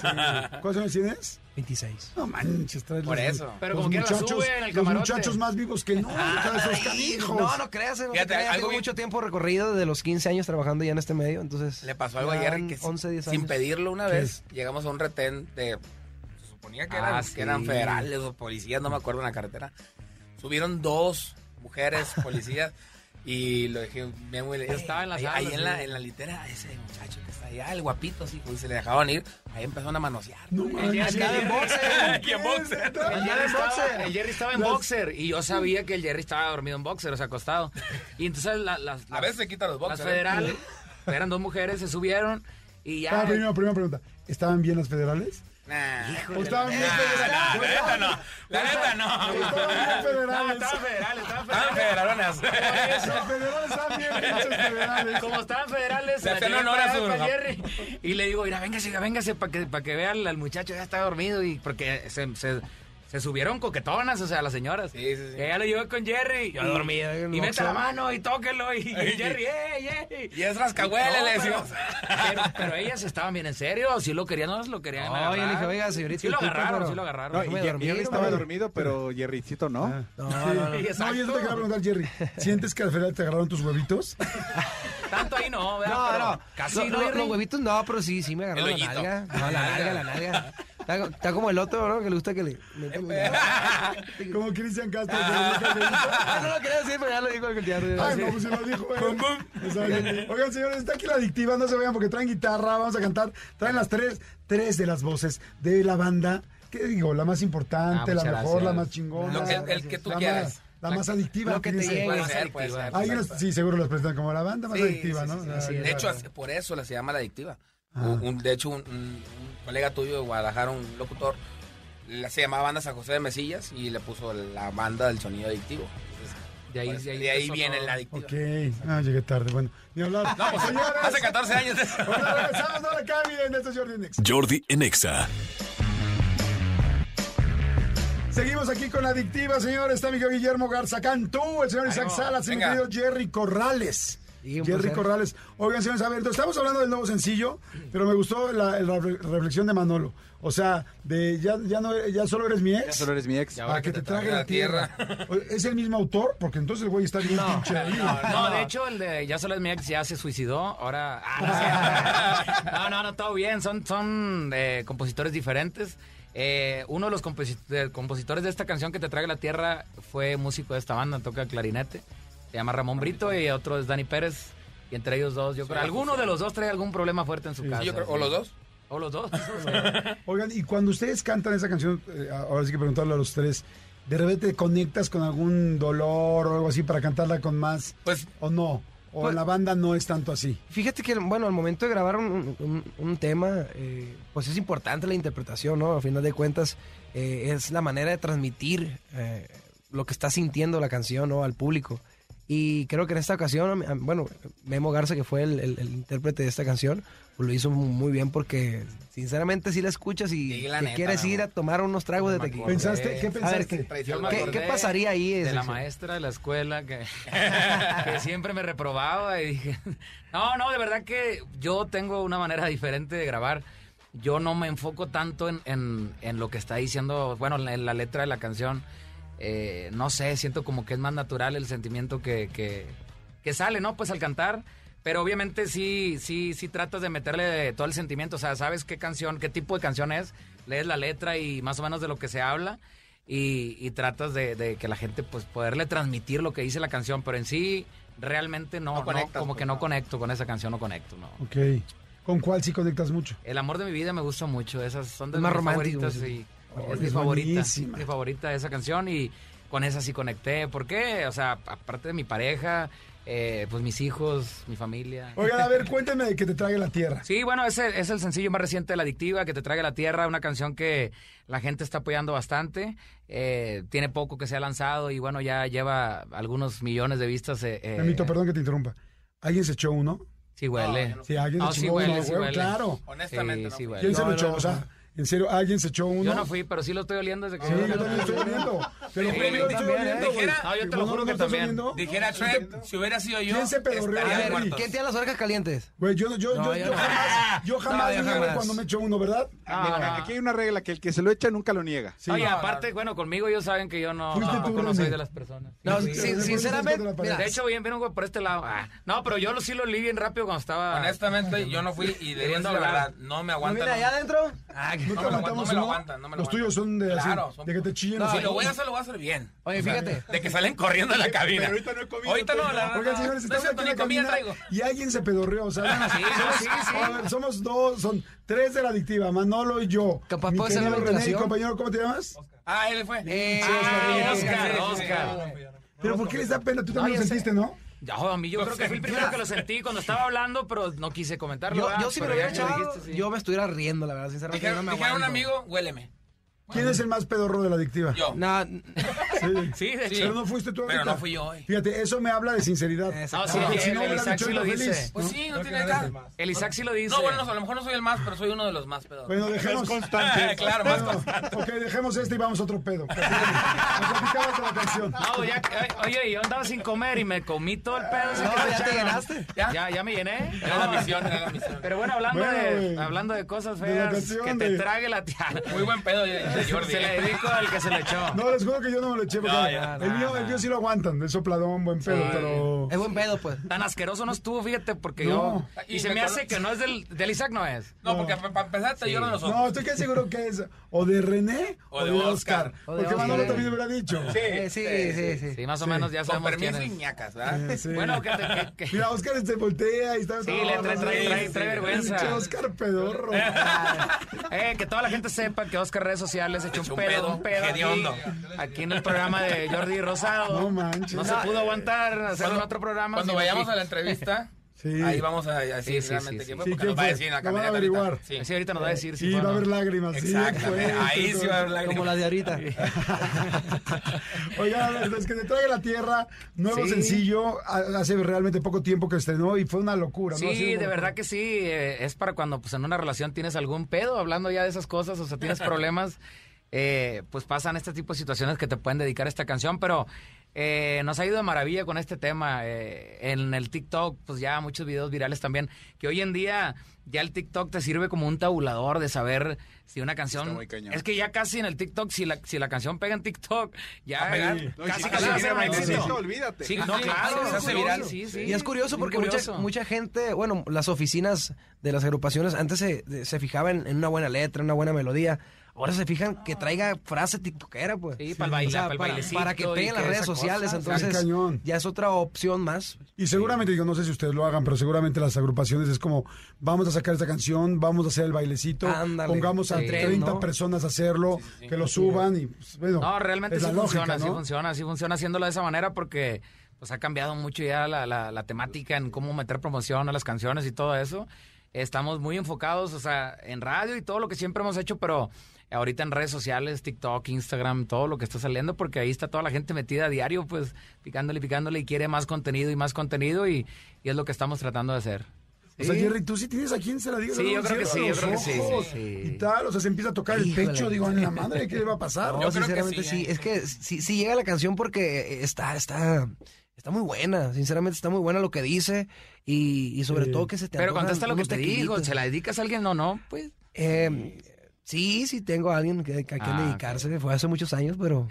[SPEAKER 2] ¿Cuántos años tienes?
[SPEAKER 6] 26.
[SPEAKER 2] No manches, traes
[SPEAKER 5] Por
[SPEAKER 2] los-
[SPEAKER 5] eso.
[SPEAKER 4] Pero
[SPEAKER 2] los
[SPEAKER 4] como quiera la
[SPEAKER 2] muchachos,
[SPEAKER 4] sube en el
[SPEAKER 2] los
[SPEAKER 4] camarote.
[SPEAKER 2] muchachos más vivos que no, traes esos canijos.
[SPEAKER 6] No, no creas, eh, no te
[SPEAKER 5] Fíjate,
[SPEAKER 6] creas,
[SPEAKER 5] algo
[SPEAKER 6] tengo
[SPEAKER 5] bien-
[SPEAKER 6] mucho tiempo recorrido de los 15 años trabajando ya en este medio, entonces...
[SPEAKER 5] Le pasó algo
[SPEAKER 6] ya
[SPEAKER 5] ayer
[SPEAKER 6] van
[SPEAKER 5] que si-
[SPEAKER 6] 11, 10 años.
[SPEAKER 5] sin pedirlo una
[SPEAKER 2] ¿Qué
[SPEAKER 5] vez llegamos a un retén de... Se suponía que eran,
[SPEAKER 4] Ah,
[SPEAKER 5] que eran
[SPEAKER 4] sí.
[SPEAKER 5] federales o policías, no me acuerdo, en la carretera. Subieron dos mujeres policías y lo dejé bien muy... Yo
[SPEAKER 4] estaba en la
[SPEAKER 5] ahí,
[SPEAKER 4] sala,
[SPEAKER 5] ahí
[SPEAKER 4] sí.
[SPEAKER 5] en, la, en la litera, ese muchacho que está allá, el guapito, sí, y se le dejaban ir. Ahí empezaron a manosear.
[SPEAKER 2] No manches.
[SPEAKER 5] Y en boxer.
[SPEAKER 4] El Jerry, estaba, el Jerry estaba en
[SPEAKER 2] Las-
[SPEAKER 4] boxer y yo sabía que el Jerry estaba dormido en boxer, o sea, acostado. Y entonces la- las,
[SPEAKER 5] A veces se quitan los
[SPEAKER 4] las
[SPEAKER 5] boxers. ¿eh?
[SPEAKER 4] federales, eran dos mujeres, se subieron y ya.
[SPEAKER 2] Ah, primera, primera pregunta. ¿Estaban bien las federales?
[SPEAKER 5] Nah.
[SPEAKER 2] ¿O estaban bien
[SPEAKER 5] Ah,
[SPEAKER 2] federales?
[SPEAKER 5] La neta no. La neta no.
[SPEAKER 2] Estaban bien
[SPEAKER 4] No,
[SPEAKER 2] federales.
[SPEAKER 4] estaban federales, estaban
[SPEAKER 5] Estaban
[SPEAKER 4] federales.
[SPEAKER 5] federalonas.
[SPEAKER 2] Los federales estaban bien pinches federales.
[SPEAKER 4] Como estaban federales,
[SPEAKER 5] Le
[SPEAKER 4] la
[SPEAKER 5] hacían
[SPEAKER 4] tenía
[SPEAKER 5] honor a
[SPEAKER 4] parada
[SPEAKER 5] su-
[SPEAKER 4] para Jerry. Y le digo, mira, véngase, véngase, para que, para que vea al, al muchacho, ya está dormido. y Porque se, se, se subieron coquetonas, o sea, las señoras.
[SPEAKER 5] Sí, sí, sí.
[SPEAKER 4] Y ella lo llevó con Jerry. Yo dormido.
[SPEAKER 6] en
[SPEAKER 4] Y
[SPEAKER 6] el
[SPEAKER 4] mete la
[SPEAKER 6] boxeo.
[SPEAKER 4] mano y tóquelo. Y, y Jerry, ¡ey, ey!
[SPEAKER 5] Y es rascahuele,
[SPEAKER 4] No,
[SPEAKER 5] le
[SPEAKER 4] pero-
[SPEAKER 5] decimos.
[SPEAKER 4] Pero, pero ellas estaban bien en serio, si lo querían, no lo querían.
[SPEAKER 6] No, yo le dije,
[SPEAKER 4] agarrar.
[SPEAKER 6] oiga, señorita,
[SPEAKER 4] Sí lo
[SPEAKER 6] disculpe,
[SPEAKER 4] agarraron,
[SPEAKER 6] pero-
[SPEAKER 4] sí lo
[SPEAKER 3] No,
[SPEAKER 4] agarraron.
[SPEAKER 3] y
[SPEAKER 6] Déjame
[SPEAKER 3] Jer-
[SPEAKER 6] dormir,
[SPEAKER 3] Jerry estaba
[SPEAKER 6] hombre.
[SPEAKER 3] dormido, pero Jerrycito no.
[SPEAKER 2] Ah.
[SPEAKER 6] No, no, no.
[SPEAKER 2] Sí.
[SPEAKER 4] Exacto.
[SPEAKER 2] No, yo te quería preguntar, Jerry. ¿Sientes que al federal te agarraron tus huevitos?
[SPEAKER 4] Tanto ahí no, ¿verdad?
[SPEAKER 6] No,
[SPEAKER 4] Pero
[SPEAKER 6] no.
[SPEAKER 4] Casi
[SPEAKER 6] Lo-
[SPEAKER 4] no,
[SPEAKER 6] lo-
[SPEAKER 4] Jerry.
[SPEAKER 6] Los huevitos no, pero sí, sí me agarró
[SPEAKER 5] El
[SPEAKER 6] la
[SPEAKER 5] hoyito.
[SPEAKER 6] nalga. No, la nalga, la nalga. Está, está como el otro, ¿no? Que le gusta que le... metan los dedos.
[SPEAKER 2] Como Cristian Castro. que nunca le hizo.
[SPEAKER 6] Ah, no lo quería decir, pero ya lo dijo el cultivador.
[SPEAKER 2] Ay, no, pues se lo dijo. él. O sea, Oigan, señores, está aquí la adictiva. No se vayan porque traen guitarra. Vamos a cantar. Traen las tres, tres de las voces de la banda. ¿Qué digo? La más importante, la
[SPEAKER 4] Ah, muchas
[SPEAKER 2] mejor,
[SPEAKER 4] gracias.
[SPEAKER 2] la más chingona.
[SPEAKER 5] Lo que- el- el que tú
[SPEAKER 2] la
[SPEAKER 5] quieras.
[SPEAKER 2] Más, la, más adictiva.
[SPEAKER 6] lo que te
[SPEAKER 2] fíjense.
[SPEAKER 6] llegue.
[SPEAKER 5] Puede ser, puede ser.
[SPEAKER 2] Ahí las- Ah, sí, seguro las presentan como la banda más
[SPEAKER 5] Sí,
[SPEAKER 2] adictiva,
[SPEAKER 5] sí,
[SPEAKER 2] ¿no? Ah,
[SPEAKER 5] sí,
[SPEAKER 2] La-
[SPEAKER 5] sí.
[SPEAKER 2] la-
[SPEAKER 5] De hecho, así- por eso la se llama la adictiva. Un- un- de hecho, un, un- un colega tuyo de Guadalajara, un locutor, la, se llamaba Banda San José de Mesillas y le puso la banda del sonido adictivo. Entonces,
[SPEAKER 4] De ahí,
[SPEAKER 5] por eso-
[SPEAKER 4] de ahí empezó
[SPEAKER 5] viene
[SPEAKER 4] todo.
[SPEAKER 5] la adictiva.
[SPEAKER 2] Ok. Ah, llegué tarde. Bueno, ni hablar. No,
[SPEAKER 5] Hace 14 años.
[SPEAKER 2] Regresamos, no le cambien. Esto es Jordi Nex.
[SPEAKER 1] Jordi en Exa.
[SPEAKER 2] Seguimos aquí con la adictiva, señor. Está mi querido Guillermo Garza Cantú, el señor Isaac Salas y mi
[SPEAKER 5] venga.
[SPEAKER 2] querido Jerry Corrales.
[SPEAKER 6] Y un
[SPEAKER 2] Jerry
[SPEAKER 6] placer.
[SPEAKER 2] Corrales. Oigan, señores, a ver, entonces, estamos hablando del nuevo sencillo, pero me gustó la, la re- reflexión de Manolo. O sea, de ya, ya, no, ya solo eres mi ex.
[SPEAKER 3] Ya solo eres mi ex.
[SPEAKER 2] Para que, te trague la tierra. O- ¿Es el mismo autor? Porque entonces el güey está bien pinche.
[SPEAKER 4] No, no,
[SPEAKER 5] Ah.
[SPEAKER 4] de hecho, el de Ya solo es mi ex ya se suicidó. Ahora. Ah, no, es cierto. no, no, no, todo bien. Son, son eh, compositores diferentes. Eh, uno de los composi- de- compositores de esta canción que te trae la tierra fue músico de esta banda, toca clarinete. Se llama Ramón Brito y otro es Dani Pérez. Y entre ellos dos, yo creo. Alguno de los dos trae algún problema fuerte en su casa.
[SPEAKER 5] Yo creo- o los dos.
[SPEAKER 4] O los dos.
[SPEAKER 2] Oigan, y cuando ustedes cantan esa canción, eh, ahora sí que preguntarle a los tres, ¿de repente te conectas con algún dolor o algo así para cantarla con más?
[SPEAKER 5] Pues
[SPEAKER 2] ¿O no? ¿O
[SPEAKER 6] Pues-
[SPEAKER 2] la banda no es tanto así?
[SPEAKER 6] Fíjate que, bueno, al momento de grabar un, un- un tema, eh, pues es importante la interpretación, ¿no? A final de cuentas, eh, es la manera de transmitir eh, lo que está sintiendo la canción, ¿no? Al público. Y creo que en esta ocasión, a mí- a- bueno, Memo Garza, que fue el, el- el intérprete de esta canción, pues lo hizo mu- muy bien porque sinceramente si la escuchas y
[SPEAKER 5] Sí, la
[SPEAKER 6] te
[SPEAKER 5] neta,
[SPEAKER 6] quieres
[SPEAKER 5] Memo.
[SPEAKER 6] ir a tomar unos tragos de
[SPEAKER 4] me
[SPEAKER 6] tequila.
[SPEAKER 4] acuerdo.
[SPEAKER 2] ¿Pensaste? ¿Qué
[SPEAKER 4] A ver,
[SPEAKER 2] pensaste?
[SPEAKER 6] ¿qué-
[SPEAKER 5] Yo me
[SPEAKER 6] ¿Qué,
[SPEAKER 5] acordé
[SPEAKER 6] qué pasaría ahí?
[SPEAKER 4] de la
[SPEAKER 6] Sergio?
[SPEAKER 4] maestra de la escuela que, que siempre me reprobaba y dije, no, no, de verdad que yo tengo una manera diferente de grabar. Yo no me enfoco tanto en, en- en lo que está diciendo, bueno, en la, en la letra de la canción. Eh, no sé, siento como que es más natural el sentimiento que, que- que sale, ¿no? Pues al cantar. Pero obviamente sí, sí, sí tratas de meterle todo el sentimiento. O sea, sabes qué canción, qué tipo de canción es, lees la letra y más o menos de lo que se habla y, y tratas de, de que la gente pues poderle transmitir lo que dice la canción, pero en sí realmente no,
[SPEAKER 5] No
[SPEAKER 4] no,
[SPEAKER 5] conectas,
[SPEAKER 4] como
[SPEAKER 5] pues,
[SPEAKER 4] que no
[SPEAKER 5] no.
[SPEAKER 4] conecto con esa canción, no conecto, no.
[SPEAKER 2] Ok. ¿Con cuál sí conectas mucho?
[SPEAKER 4] El amor de mi vida me gusta mucho, esas son de
[SPEAKER 6] Es más
[SPEAKER 4] mis
[SPEAKER 6] romántico,
[SPEAKER 4] favoritas
[SPEAKER 6] sí.
[SPEAKER 4] y
[SPEAKER 2] Oh,
[SPEAKER 4] es mi
[SPEAKER 2] es
[SPEAKER 4] favorita,
[SPEAKER 2] buenísima.
[SPEAKER 4] mi favorita esa canción y con esa sí conecté, ¿por qué? O sea, aparte de mi pareja, eh, pues mis hijos, mi familia.
[SPEAKER 2] Oigan, a ver, cuéntenme de que te trague la tierra.
[SPEAKER 4] Sí, bueno, ese es el sencillo más reciente de La Adictiva, que te trae a la tierra, una canción que la gente está apoyando bastante. Eh, tiene poco que se ha lanzado y bueno, ya lleva algunos millones de vistas. Eh, eh,
[SPEAKER 2] Memito, perdón que te interrumpa. ¿Alguien se echó uno?
[SPEAKER 4] Sí huele.
[SPEAKER 5] No,
[SPEAKER 2] Sí, alguien
[SPEAKER 4] No,
[SPEAKER 2] se
[SPEAKER 4] sí
[SPEAKER 2] echó
[SPEAKER 4] huele,
[SPEAKER 2] uno.
[SPEAKER 4] sí
[SPEAKER 2] güey,
[SPEAKER 4] huele.
[SPEAKER 2] Claro.
[SPEAKER 5] Honestamente,
[SPEAKER 4] Sí,
[SPEAKER 5] no
[SPEAKER 4] sí,
[SPEAKER 5] fui.
[SPEAKER 4] güey.
[SPEAKER 2] ¿Quién se
[SPEAKER 6] No,
[SPEAKER 2] lo
[SPEAKER 6] no,
[SPEAKER 2] echó?
[SPEAKER 6] no.
[SPEAKER 2] O sea, en serio, ¿alguien se echó uno?
[SPEAKER 4] Yo no fui, pero sí lo estoy oliendo desde que
[SPEAKER 2] Sí,
[SPEAKER 4] se
[SPEAKER 2] yo también estoy oliendo. Te lo
[SPEAKER 4] Sí,
[SPEAKER 2] juro, yo
[SPEAKER 4] yo
[SPEAKER 2] lo estoy
[SPEAKER 6] también, ¿eh?
[SPEAKER 2] oliendo, güey.
[SPEAKER 5] Dijera-
[SPEAKER 4] No, yo te
[SPEAKER 2] ¿Y
[SPEAKER 4] lo
[SPEAKER 2] vos
[SPEAKER 4] juro
[SPEAKER 2] lo
[SPEAKER 4] que
[SPEAKER 2] estás
[SPEAKER 4] también.
[SPEAKER 2] oliendo?
[SPEAKER 5] Dijera Trent, si hubiera sido yo,
[SPEAKER 2] ¿Quién se pedorreó?
[SPEAKER 5] estaría
[SPEAKER 6] A ver,
[SPEAKER 5] en cuartos.
[SPEAKER 6] ¿quién tiene las orejas calientes?
[SPEAKER 2] Güey, yo, yo,
[SPEAKER 6] No,
[SPEAKER 2] yo,
[SPEAKER 6] yo
[SPEAKER 2] yo
[SPEAKER 6] no.
[SPEAKER 2] jamás, yo jamás
[SPEAKER 6] yo
[SPEAKER 2] niego
[SPEAKER 6] jamás.
[SPEAKER 2] cuando me echo uno, ¿verdad?
[SPEAKER 4] Ah,
[SPEAKER 3] Mira,
[SPEAKER 4] no.
[SPEAKER 3] Aquí hay una regla que el que se lo echa nunca lo niega.
[SPEAKER 2] Sí.
[SPEAKER 4] Oye,
[SPEAKER 2] No,
[SPEAKER 4] aparte, bueno, conmigo ellos saben que yo no,
[SPEAKER 2] Fuiste tú,
[SPEAKER 4] tampoco no
[SPEAKER 2] Remy.
[SPEAKER 4] soy de las personas.
[SPEAKER 6] No,
[SPEAKER 2] Sí,
[SPEAKER 6] sin-
[SPEAKER 2] sí, sí,
[SPEAKER 6] sinceramente,
[SPEAKER 2] sí, sí, sí,
[SPEAKER 6] mira,
[SPEAKER 4] De hecho, bien, vengo por este lado. Ah, no, pero yo lo- sí lo olí bien rápido cuando estaba...
[SPEAKER 5] Honestamente, yo no fui y de
[SPEAKER 4] Queriendo
[SPEAKER 5] verdad, la
[SPEAKER 4] hablar.
[SPEAKER 5] verdad, no me aguanta.
[SPEAKER 6] mira, allá adentro,
[SPEAKER 5] Ah, que
[SPEAKER 2] ¿No
[SPEAKER 5] no
[SPEAKER 2] te
[SPEAKER 5] me lo aguanta,
[SPEAKER 2] aguantamos
[SPEAKER 5] no me lo
[SPEAKER 2] uno?
[SPEAKER 5] aguanta, no me lo
[SPEAKER 2] Los
[SPEAKER 5] aguanta.
[SPEAKER 2] tuyos son de, así,
[SPEAKER 5] Claro, son-
[SPEAKER 2] de que te chillen.
[SPEAKER 5] No,
[SPEAKER 2] así.
[SPEAKER 5] si lo voy a hacer, lo voy a hacer bien.
[SPEAKER 6] Oye,
[SPEAKER 5] O sea,
[SPEAKER 6] fíjate.
[SPEAKER 5] de que salen corriendo de la cabina.
[SPEAKER 3] ahorita no he comido,
[SPEAKER 5] Ahorita no,
[SPEAKER 3] entonces,
[SPEAKER 5] la
[SPEAKER 2] Oigan, señores,
[SPEAKER 5] no es
[SPEAKER 2] estamos aquí
[SPEAKER 5] cierto,
[SPEAKER 2] en
[SPEAKER 5] ni
[SPEAKER 2] la
[SPEAKER 5] comida
[SPEAKER 2] cabina
[SPEAKER 5] traigo. Ah,
[SPEAKER 2] y alguien se pedorreó, o sea,
[SPEAKER 4] Sí, no, sí, sí.
[SPEAKER 2] a ver, somos dos, son tres de la adictiva, Manolo y yo.
[SPEAKER 6] Capaz
[SPEAKER 2] Mi
[SPEAKER 6] puede ser la
[SPEAKER 2] querido René,
[SPEAKER 6] ventilación.
[SPEAKER 2] compañero, ¿cómo te llamas?
[SPEAKER 5] Ah, él fue.
[SPEAKER 6] Eh,
[SPEAKER 5] Ah,
[SPEAKER 4] Oscar,
[SPEAKER 5] Oscar,
[SPEAKER 4] Oscar,
[SPEAKER 5] Oscar.
[SPEAKER 2] Pero ¿por qué les da pena? Tú también
[SPEAKER 4] Ay,
[SPEAKER 2] lo
[SPEAKER 4] yo sé.
[SPEAKER 2] sentiste, ¿no?
[SPEAKER 4] Ya, a mí yo creo que fui el primero que lo sentí cuando estaba hablando, pero no quise comentarlo.
[SPEAKER 6] yo,
[SPEAKER 4] ¿verdad?
[SPEAKER 6] yo si me lo
[SPEAKER 4] Pero
[SPEAKER 6] hubiera
[SPEAKER 4] ya que lo
[SPEAKER 6] echado,
[SPEAKER 4] dijiste, sí.
[SPEAKER 6] yo me estuviera riendo, la verdad, sinceramente.
[SPEAKER 5] Dijeron,
[SPEAKER 6] no me
[SPEAKER 5] dijeron a un
[SPEAKER 6] aguanto.
[SPEAKER 5] amigo, huéleme.
[SPEAKER 2] ¿Quién es el más pedorro de la adictiva?
[SPEAKER 5] Yo.
[SPEAKER 6] No,
[SPEAKER 2] Sí.
[SPEAKER 4] Sí, de hecho.
[SPEAKER 2] Pero no fuiste tú
[SPEAKER 5] Pero
[SPEAKER 2] ahorita.
[SPEAKER 5] no fui yo eh. hoy.
[SPEAKER 2] Fíjate, eso me habla de sinceridad.
[SPEAKER 6] Exacto.
[SPEAKER 4] No, sí,
[SPEAKER 2] Porque
[SPEAKER 4] el-
[SPEAKER 2] si no,
[SPEAKER 4] el
[SPEAKER 2] hubieran
[SPEAKER 4] Isaac
[SPEAKER 2] dicho
[SPEAKER 4] sí
[SPEAKER 2] algo
[SPEAKER 4] lo dice.
[SPEAKER 2] feliz.
[SPEAKER 5] Pues sí, no tiene nada.
[SPEAKER 4] El Isaac sí lo dice.
[SPEAKER 5] No, bueno, no, a lo mejor no soy el más, pero soy uno de los más pedos.
[SPEAKER 2] Bueno, dejemos.
[SPEAKER 5] Ah, claro, más
[SPEAKER 2] Bueno, ok, dejemos este y vamos a otro pedo. Nos platicabas de la canción.
[SPEAKER 4] No, ya, ay, oye, yo andaba sin comer y me comí todo el pedo. ese
[SPEAKER 6] No,
[SPEAKER 4] que me
[SPEAKER 6] ya te
[SPEAKER 4] echaron.
[SPEAKER 6] llenaste.
[SPEAKER 4] Ya, ya, me llené.
[SPEAKER 5] Era la misión, era la misión.
[SPEAKER 4] Pero bueno, hablando,
[SPEAKER 2] Bueno, güey.
[SPEAKER 4] de, hablando de cosas
[SPEAKER 2] De
[SPEAKER 4] feas,
[SPEAKER 2] vacación,
[SPEAKER 4] que te
[SPEAKER 2] de-
[SPEAKER 4] trague la tía.
[SPEAKER 5] Muy buen pedo de de Jordi. eh.
[SPEAKER 4] Se le dedico al que se lo echó.
[SPEAKER 2] No, les juro que yo no me lo eché porque
[SPEAKER 5] No, ya,
[SPEAKER 2] el, mío, el mío sí lo aguantan. El sopladón, buen pedo, pero.
[SPEAKER 6] es buen pedo, pues.
[SPEAKER 4] Tan asqueroso no estuvo, fíjate, porque
[SPEAKER 2] No.
[SPEAKER 4] yo... Y se me hace que no es del, del Isaac, no es.
[SPEAKER 5] No, porque para empezar te lloran los
[SPEAKER 2] No,
[SPEAKER 5] ojos.
[SPEAKER 2] estoy que seguro que es o de René o, de Oscar.
[SPEAKER 6] O de
[SPEAKER 2] porque
[SPEAKER 6] Oscar.
[SPEAKER 2] Manolo también lo hubiera dicho.
[SPEAKER 6] Eh, sí, sí, sí.
[SPEAKER 4] Sí, más o menos ya
[SPEAKER 5] Con
[SPEAKER 4] sabemos quién
[SPEAKER 5] permiso y
[SPEAKER 4] es.
[SPEAKER 5] ñacas, ¿verdad?
[SPEAKER 2] Sí.
[SPEAKER 4] Bueno, que te... que- que-
[SPEAKER 2] Mira, Oscar se voltea y está.
[SPEAKER 4] Sí, le trae, trae, trae, trae vergüenza.
[SPEAKER 2] Pinche Oscar pedorro.
[SPEAKER 4] Eh, que toda la gente sepa que Oscar redes sociales echó un pedo, un pedo
[SPEAKER 5] hediondo.
[SPEAKER 4] aquí, aquí en el programa de Jordi Rosado.
[SPEAKER 2] No manches.
[SPEAKER 4] No se pudo aguantar hacer un
[SPEAKER 5] Cuando-
[SPEAKER 4] otro programa.
[SPEAKER 5] Cuando
[SPEAKER 4] sino
[SPEAKER 5] vayamos
[SPEAKER 4] aquí.
[SPEAKER 5] a la entrevista,
[SPEAKER 2] Sí.
[SPEAKER 5] ahí vamos a a
[SPEAKER 4] Sí,
[SPEAKER 5] decir
[SPEAKER 4] sí,
[SPEAKER 5] realmente
[SPEAKER 4] sí,
[SPEAKER 5] quién
[SPEAKER 4] sí.
[SPEAKER 5] fue,
[SPEAKER 2] Sí,
[SPEAKER 5] porque
[SPEAKER 2] ¿quién
[SPEAKER 5] nos va a
[SPEAKER 2] fue?
[SPEAKER 5] decir en la
[SPEAKER 2] Lo van a
[SPEAKER 5] camioneta
[SPEAKER 2] averiguar.
[SPEAKER 5] ahorita.
[SPEAKER 4] Sí, ahorita nos va a decir si
[SPEAKER 2] Sí,
[SPEAKER 4] fue o
[SPEAKER 2] va a
[SPEAKER 4] no.
[SPEAKER 2] haber lágrimas. sí,
[SPEAKER 5] Exactamente.
[SPEAKER 2] fue,
[SPEAKER 5] Ahí sí va a haber
[SPEAKER 6] Como la
[SPEAKER 5] lágrimas.
[SPEAKER 6] de ahorita.
[SPEAKER 2] Oigan, a ver, los que te traiga la tierra, nuevo
[SPEAKER 4] Sí.
[SPEAKER 2] sencillo, ha- hace realmente poco tiempo que estrenó y fue una locura. ¿no? Ha sido
[SPEAKER 4] Sí,
[SPEAKER 2] una
[SPEAKER 4] de
[SPEAKER 2] locura.
[SPEAKER 4] verdad que sí. eh, es para cuando pues, en una relación tienes algún pedo, hablando ya de esas cosas, o sea, tienes problemas, eh, pues pasan este tipo de situaciones que te pueden dedicar a esta canción, pero eh, nos ha ido de maravilla con este tema. eh, en el TikTok, pues ya muchos videos virales también, que hoy en día ya el TikTok te sirve como un tabulador de saber si una
[SPEAKER 3] Está
[SPEAKER 4] canción...
[SPEAKER 3] muy cañón.
[SPEAKER 4] Es que ya casi en el TikTok, si la, si la canción pega en TikTok, ya
[SPEAKER 5] Va a pegar.
[SPEAKER 4] eh,
[SPEAKER 3] No, y
[SPEAKER 4] casi
[SPEAKER 3] si
[SPEAKER 4] casi
[SPEAKER 3] pasa
[SPEAKER 4] va a ser un
[SPEAKER 3] viral,
[SPEAKER 2] sí,
[SPEAKER 4] éxito.
[SPEAKER 2] sí.
[SPEAKER 3] olvídate.
[SPEAKER 4] Sí,
[SPEAKER 5] Ah,
[SPEAKER 4] no,
[SPEAKER 5] sí,
[SPEAKER 4] claro.
[SPEAKER 5] sí, se hace
[SPEAKER 4] sí,
[SPEAKER 5] viral.
[SPEAKER 4] sí, sí.
[SPEAKER 6] Y es curioso
[SPEAKER 4] Bien
[SPEAKER 6] porque
[SPEAKER 4] curioso.
[SPEAKER 6] Mucha, mucha gente, bueno, las oficinas de las agrupaciones antes se, de- se fijaban en una buena letra, en una buena melodía. Ahora se fijan que traiga frase tiktokera, pues.
[SPEAKER 4] Sí, pa'l baila-
[SPEAKER 6] O sea,
[SPEAKER 4] pa'l
[SPEAKER 6] para,
[SPEAKER 4] bailecito
[SPEAKER 6] para que
[SPEAKER 4] y
[SPEAKER 6] peguen
[SPEAKER 4] que
[SPEAKER 6] las redes
[SPEAKER 4] esa
[SPEAKER 6] sociales,
[SPEAKER 4] cosa,
[SPEAKER 6] entonces
[SPEAKER 2] está cañón.
[SPEAKER 6] ya es otra opción más.
[SPEAKER 2] Y seguramente, digo, no sé si ustedes lo hagan, pero seguramente las agrupaciones es como, vamos a sacar esta canción, vamos a hacer el bailecito,
[SPEAKER 6] Ándale.
[SPEAKER 2] pongamos a
[SPEAKER 6] Sí,
[SPEAKER 2] 30
[SPEAKER 6] ¿no?
[SPEAKER 2] personas a hacerlo, que lo suban y, pues, bueno,
[SPEAKER 4] No, realmente
[SPEAKER 2] es
[SPEAKER 4] sí
[SPEAKER 2] la lógica,
[SPEAKER 4] funciona, sí
[SPEAKER 2] ¿no?
[SPEAKER 4] funciona, sí funciona haciéndolo de esa manera porque pues ha cambiado mucho ya la, la- la temática en cómo meter promoción a las canciones y todo eso. Estamos muy enfocados, o sea, en radio y todo lo que siempre hemos hecho, pero ahorita en redes sociales, TikTok, Instagram, todo lo que está saliendo, porque ahí está toda la gente metida a diario, pues picándole, picándole y quiere más contenido y más contenido y, y es lo que estamos tratando de hacer.
[SPEAKER 2] O sea, Jerry, tú sí tienes a quien se la diga.
[SPEAKER 4] Sí,
[SPEAKER 2] luego
[SPEAKER 4] yo creo que
[SPEAKER 2] cierra
[SPEAKER 4] sí, yo
[SPEAKER 2] los
[SPEAKER 4] creo que sí,
[SPEAKER 2] ojos
[SPEAKER 4] sí, sí.
[SPEAKER 2] Y tal, o sea, se empieza a tocar
[SPEAKER 6] Híjole.
[SPEAKER 2] el pecho, digo, en la madre, ¿qué le va a pasar?
[SPEAKER 6] No,
[SPEAKER 5] Yo creo que
[SPEAKER 6] sinceramente
[SPEAKER 5] sí,
[SPEAKER 6] sí,
[SPEAKER 5] ¿eh?
[SPEAKER 6] Es que sí, sí llega la canción porque eh, está, está, está muy buena. Sinceramente está muy buena lo que dice y, y sobre
[SPEAKER 2] Sí.
[SPEAKER 6] todo que se te
[SPEAKER 4] Pero
[SPEAKER 6] antojan
[SPEAKER 4] contesta lo que
[SPEAKER 6] unos
[SPEAKER 4] te digo,
[SPEAKER 6] tequilitas.
[SPEAKER 4] ¿se la dedicas a alguien o no? Pues
[SPEAKER 6] Eh, sí, sí tengo a alguien que, que a quien
[SPEAKER 4] Ah,
[SPEAKER 6] dedicarse. Fue hace muchos años, pero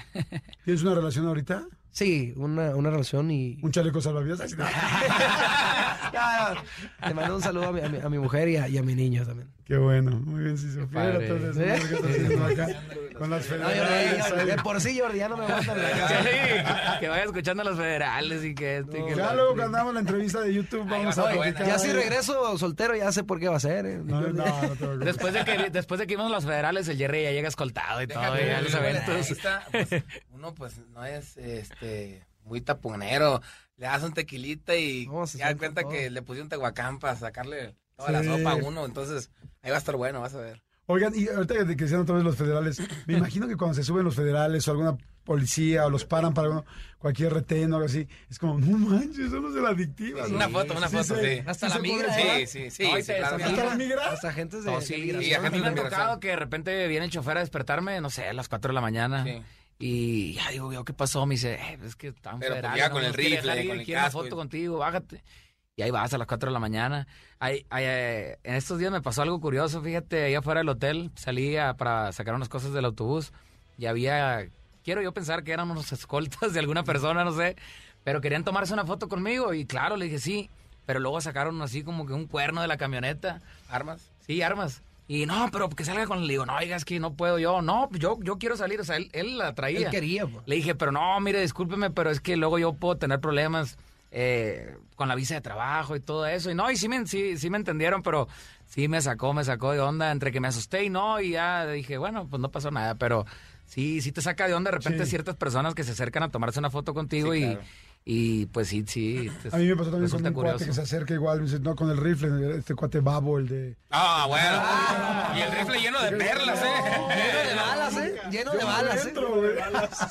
[SPEAKER 2] ¿Tienes una relación ahorita?
[SPEAKER 6] sí, una, una relación y...
[SPEAKER 2] ¿Un chaleco salvavidas? Ay, sí, no.
[SPEAKER 6] Ya, ya. Te mando un saludo a mi, a mi- a mi mujer y a, y a mi niño también.
[SPEAKER 2] Qué bueno, muy bien, si supiera
[SPEAKER 4] padre.
[SPEAKER 2] todo el desmadre que estás haciendo acá con las
[SPEAKER 6] No, Jordi, ya-
[SPEAKER 2] federales. ahí.
[SPEAKER 6] de por sí, Jordi, ya no me aguantan.
[SPEAKER 4] que vaya escuchando a los federales y que esto y que lo
[SPEAKER 2] Ya
[SPEAKER 4] otro.
[SPEAKER 2] luego cuando hagamos la entrevista de YouTube vamos
[SPEAKER 5] va,
[SPEAKER 2] a
[SPEAKER 5] no,
[SPEAKER 2] platicar.
[SPEAKER 6] Ya si regreso soltero, ya sé por qué va a ser. eh.
[SPEAKER 2] No, no, no te preocupes.
[SPEAKER 4] Después de que después de que vimos los federales, el Jerry ya llega escoltado y todo, ya los
[SPEAKER 5] Bueno,
[SPEAKER 4] eventos.
[SPEAKER 5] ahí está, pues, uno pues no es este muy taponero. Le das un tequilita y
[SPEAKER 6] No, se
[SPEAKER 5] se da
[SPEAKER 6] siente
[SPEAKER 5] cuenta
[SPEAKER 6] todo.
[SPEAKER 5] que le pusieron tehuacán para sacarle toda
[SPEAKER 2] Sí.
[SPEAKER 5] la sopa a uno. Entonces, ahí va a estar bueno, vas a ver.
[SPEAKER 2] Oigan, y ahorita que que decían otra vez los federales, me imagino que cuando se suben los federales o alguna policía o los paran para uno- cualquier retén o algo así, es como, no manches, son los de la adictiva. ¿no?"
[SPEAKER 5] Una foto, una
[SPEAKER 2] Sí,
[SPEAKER 5] foto,
[SPEAKER 2] sí.
[SPEAKER 5] sí.
[SPEAKER 2] Sí,
[SPEAKER 6] Hasta la
[SPEAKER 2] se
[SPEAKER 6] migra,
[SPEAKER 2] pone-
[SPEAKER 6] ¿eh?
[SPEAKER 5] Sí, sí, sí.
[SPEAKER 4] Ay,
[SPEAKER 5] sí,
[SPEAKER 4] te
[SPEAKER 5] claro.
[SPEAKER 2] ¿Hasta la migra?
[SPEAKER 6] Hasta gente de,
[SPEAKER 4] No,
[SPEAKER 6] de
[SPEAKER 4] sí,
[SPEAKER 6] migración.
[SPEAKER 4] y a mí me ha
[SPEAKER 5] migración.
[SPEAKER 4] tocado que de repente vienen choferas a despertarme, no sé, a las 4 de la mañana.
[SPEAKER 5] Sí.
[SPEAKER 4] Y ya digo, yo, ¿qué pasó? Me dice, eh, es que están
[SPEAKER 5] Pero, pues,
[SPEAKER 4] federales,
[SPEAKER 5] ya
[SPEAKER 4] no
[SPEAKER 5] con el
[SPEAKER 4] nos quiere
[SPEAKER 5] rifle,
[SPEAKER 4] dejar ir,
[SPEAKER 5] con el
[SPEAKER 4] quiere una
[SPEAKER 5] casco
[SPEAKER 4] foto
[SPEAKER 5] y-
[SPEAKER 4] contigo, bájate. Y ahí vas a las 4 de la mañana. Ay, ay, ay, en estos días me pasó algo curioso, fíjate, allá afuera del hotel salí a- para sacar unas cosas del autobús y había, quiero yo pensar que eran unos escoltas de alguna persona, no sé, pero querían tomarse una foto conmigo y claro, le dije sí, pero luego sacaron así como que un cuerno de la camioneta.
[SPEAKER 5] Armas.
[SPEAKER 4] Sí, armas. Y no, pero que salga con él. Le digo, no, oiga, es que no puedo yo. No, yo, yo quiero salir. O sea, él, él la traía.
[SPEAKER 6] Él quería, po.
[SPEAKER 4] Le dije, pero no, mire, discúlpeme, pero es que luego yo puedo tener problemas eh, con la visa de trabajo y todo eso. Y no, y sí me, sí, sí me entendieron, pero sí me sacó, me sacó de onda entre que me asusté y no. Y ya dije, bueno, pues no pasó nada, pero sí, sí te saca de onda de repente
[SPEAKER 2] Sí.
[SPEAKER 4] ciertas personas que se acercan a tomarse una foto contigo
[SPEAKER 5] Sí,
[SPEAKER 4] y,
[SPEAKER 5] claro.
[SPEAKER 4] y pues sí, sí. te-
[SPEAKER 2] A mí me pasó también con
[SPEAKER 4] resulta
[SPEAKER 2] un cuate que se acerca igual, me dice, no, con el rifle, este cuate babo, el de...
[SPEAKER 5] Ah, bueno. Y el rifle lleno de perlas,
[SPEAKER 6] Lleno
[SPEAKER 5] ¿eh?
[SPEAKER 6] de balas, ¿eh? Lleno de
[SPEAKER 2] Yo
[SPEAKER 6] balas, ¿eh?
[SPEAKER 2] adentro, güey.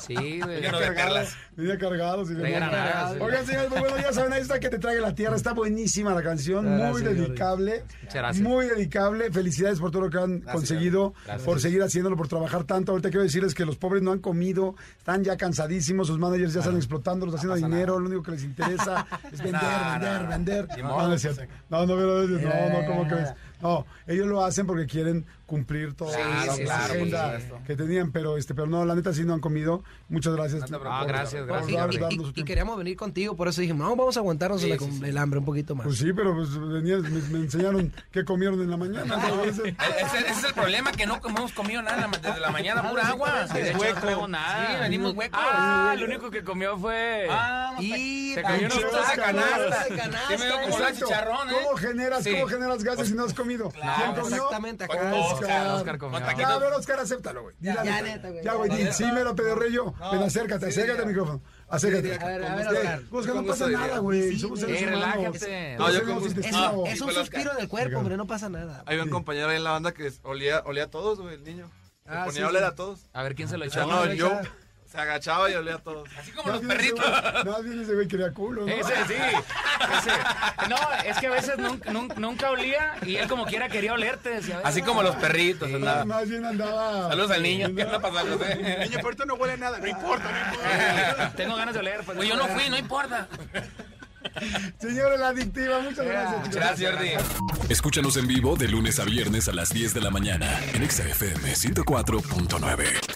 [SPEAKER 4] Sí, güey.
[SPEAKER 5] Lleno de perlas.
[SPEAKER 2] Venía cargado. sí,
[SPEAKER 4] Trae
[SPEAKER 2] venía
[SPEAKER 4] granadas,
[SPEAKER 2] cargado.
[SPEAKER 4] sí.
[SPEAKER 2] Oigan, señores, muy bueno, ya saben, ahí está que te trague la tierra. Está buenísima la canción,
[SPEAKER 6] Gracias,
[SPEAKER 2] muy
[SPEAKER 6] Jordi.
[SPEAKER 2] dedicable.
[SPEAKER 4] Muchas gracias.
[SPEAKER 2] Muy dedicable. Felicidades por todo lo que han conseguido, por seguir haciéndolo, por trabajar tanto. Ahorita quiero decirles que los pobres no han comido, están ya cansadísimos, sus managers ya están explotándolos, haciendo dinero. Lo único que les interesa es vender,
[SPEAKER 5] No,
[SPEAKER 2] vender,
[SPEAKER 5] no.
[SPEAKER 2] vender.
[SPEAKER 5] Ni
[SPEAKER 2] No,
[SPEAKER 5] modo.
[SPEAKER 2] no es cierto. No, no, no, no, no, no, ¿cómo crees? No, ellos lo hacen porque quieren cumplir todo
[SPEAKER 5] Claro,
[SPEAKER 2] esa
[SPEAKER 5] claro, por
[SPEAKER 2] agenda
[SPEAKER 5] supuesto.
[SPEAKER 2] que tenían, pero este, pero no, la neta sí no han comido. Muchas gracias.
[SPEAKER 5] No te
[SPEAKER 4] Ah,
[SPEAKER 5] preocupes.
[SPEAKER 4] gracias,
[SPEAKER 2] Por
[SPEAKER 4] gracias.
[SPEAKER 2] dar-
[SPEAKER 4] Jordi.
[SPEAKER 2] dar-
[SPEAKER 6] Y,
[SPEAKER 2] darnos
[SPEAKER 6] y
[SPEAKER 2] tiempo.
[SPEAKER 6] queríamos venir contigo, por eso dijimos, no, vamos a aguantarnos
[SPEAKER 5] Sí,
[SPEAKER 6] la-
[SPEAKER 5] sí, sí.
[SPEAKER 6] el hambre un poquito más.
[SPEAKER 2] Pues sí, pero pues venías- me, me enseñaron qué comieron en la mañana. entonces-
[SPEAKER 5] Ese, ese es el problema, que no hemos comido nada más desde la
[SPEAKER 7] Ah,
[SPEAKER 5] mañana, pura agua.
[SPEAKER 4] Y de hecho no traigo nada.
[SPEAKER 5] Sí, venimos huecos.
[SPEAKER 4] Ah, lo único que comió fue.
[SPEAKER 6] Y
[SPEAKER 4] Se comió unos
[SPEAKER 2] tacos de canasta.
[SPEAKER 5] Sí, me veo como la
[SPEAKER 6] exacto.
[SPEAKER 5] chicharrón, ¿eh?
[SPEAKER 2] ¿Cómo generas,
[SPEAKER 5] Sí.
[SPEAKER 2] cómo generas gases si no has comido? ¿Quién comió?
[SPEAKER 6] Exactamente, acá.
[SPEAKER 5] Con
[SPEAKER 6] es-
[SPEAKER 5] dos.
[SPEAKER 2] Oscar.
[SPEAKER 4] Oscar comió.
[SPEAKER 5] Otra
[SPEAKER 2] Ya, a ver, Oscar, acéptalo, güey. Di la neta.
[SPEAKER 6] Ya, neta, güey.
[SPEAKER 2] Ya, güey,
[SPEAKER 6] La
[SPEAKER 2] di,
[SPEAKER 6] neta.
[SPEAKER 2] sí me lo pedorré yo. Ven, acércate, acércate al micrófono. Acércate.
[SPEAKER 6] A ver,
[SPEAKER 2] Con
[SPEAKER 6] a ver,
[SPEAKER 2] gusto.
[SPEAKER 6] Oscar.
[SPEAKER 2] Oscar, no
[SPEAKER 5] Con gusto
[SPEAKER 2] pasa
[SPEAKER 5] diría.
[SPEAKER 2] nada, güey. Somos seres
[SPEAKER 4] sí,
[SPEAKER 2] humanos.
[SPEAKER 4] relájate.
[SPEAKER 2] No, este
[SPEAKER 7] No, yo
[SPEAKER 2] yo
[SPEAKER 7] con gusto.
[SPEAKER 6] Es,
[SPEAKER 7] Ah,
[SPEAKER 6] es un
[SPEAKER 5] Nicolás
[SPEAKER 6] suspiro del cuerpo, hombre, no pasa nada.
[SPEAKER 7] Había un compañero ahí en la banda que olía, olía a todos, güey, el niño. Se
[SPEAKER 6] Ah,
[SPEAKER 7] ponía
[SPEAKER 6] sí,
[SPEAKER 7] a oler
[SPEAKER 6] sí.
[SPEAKER 7] a todos.
[SPEAKER 4] A ver quién se lo
[SPEAKER 7] O
[SPEAKER 4] echó.
[SPEAKER 7] sea, no, yo se agachaba y olía a todos.
[SPEAKER 5] Así como los
[SPEAKER 2] Más bien ese
[SPEAKER 5] perritos.
[SPEAKER 2] güey- Más bien ese güey quería culo, ¿no?
[SPEAKER 4] Ese sí. Ese. No, es que a veces nunca, nunca, nunca olía y él como quiera quería olerte. Decía,
[SPEAKER 5] Así como los perritos,
[SPEAKER 2] Más,
[SPEAKER 5] andaba.
[SPEAKER 2] más bien andaba...
[SPEAKER 5] Saludos al niño, ¿qué anda pasando? eh?
[SPEAKER 7] Niño, pero ahorita no huele a nada, no importa, no
[SPEAKER 4] Tengo ganas de oler. pues.
[SPEAKER 5] Pues yo no fui, no importa.
[SPEAKER 2] Señores, la adictiva. Muchas gracias, chicos.
[SPEAKER 5] Gracias, Jordi.
[SPEAKER 1] Escúchanos en vivo de lunes a viernes a las 10 de la mañana en Exa FM 104.9.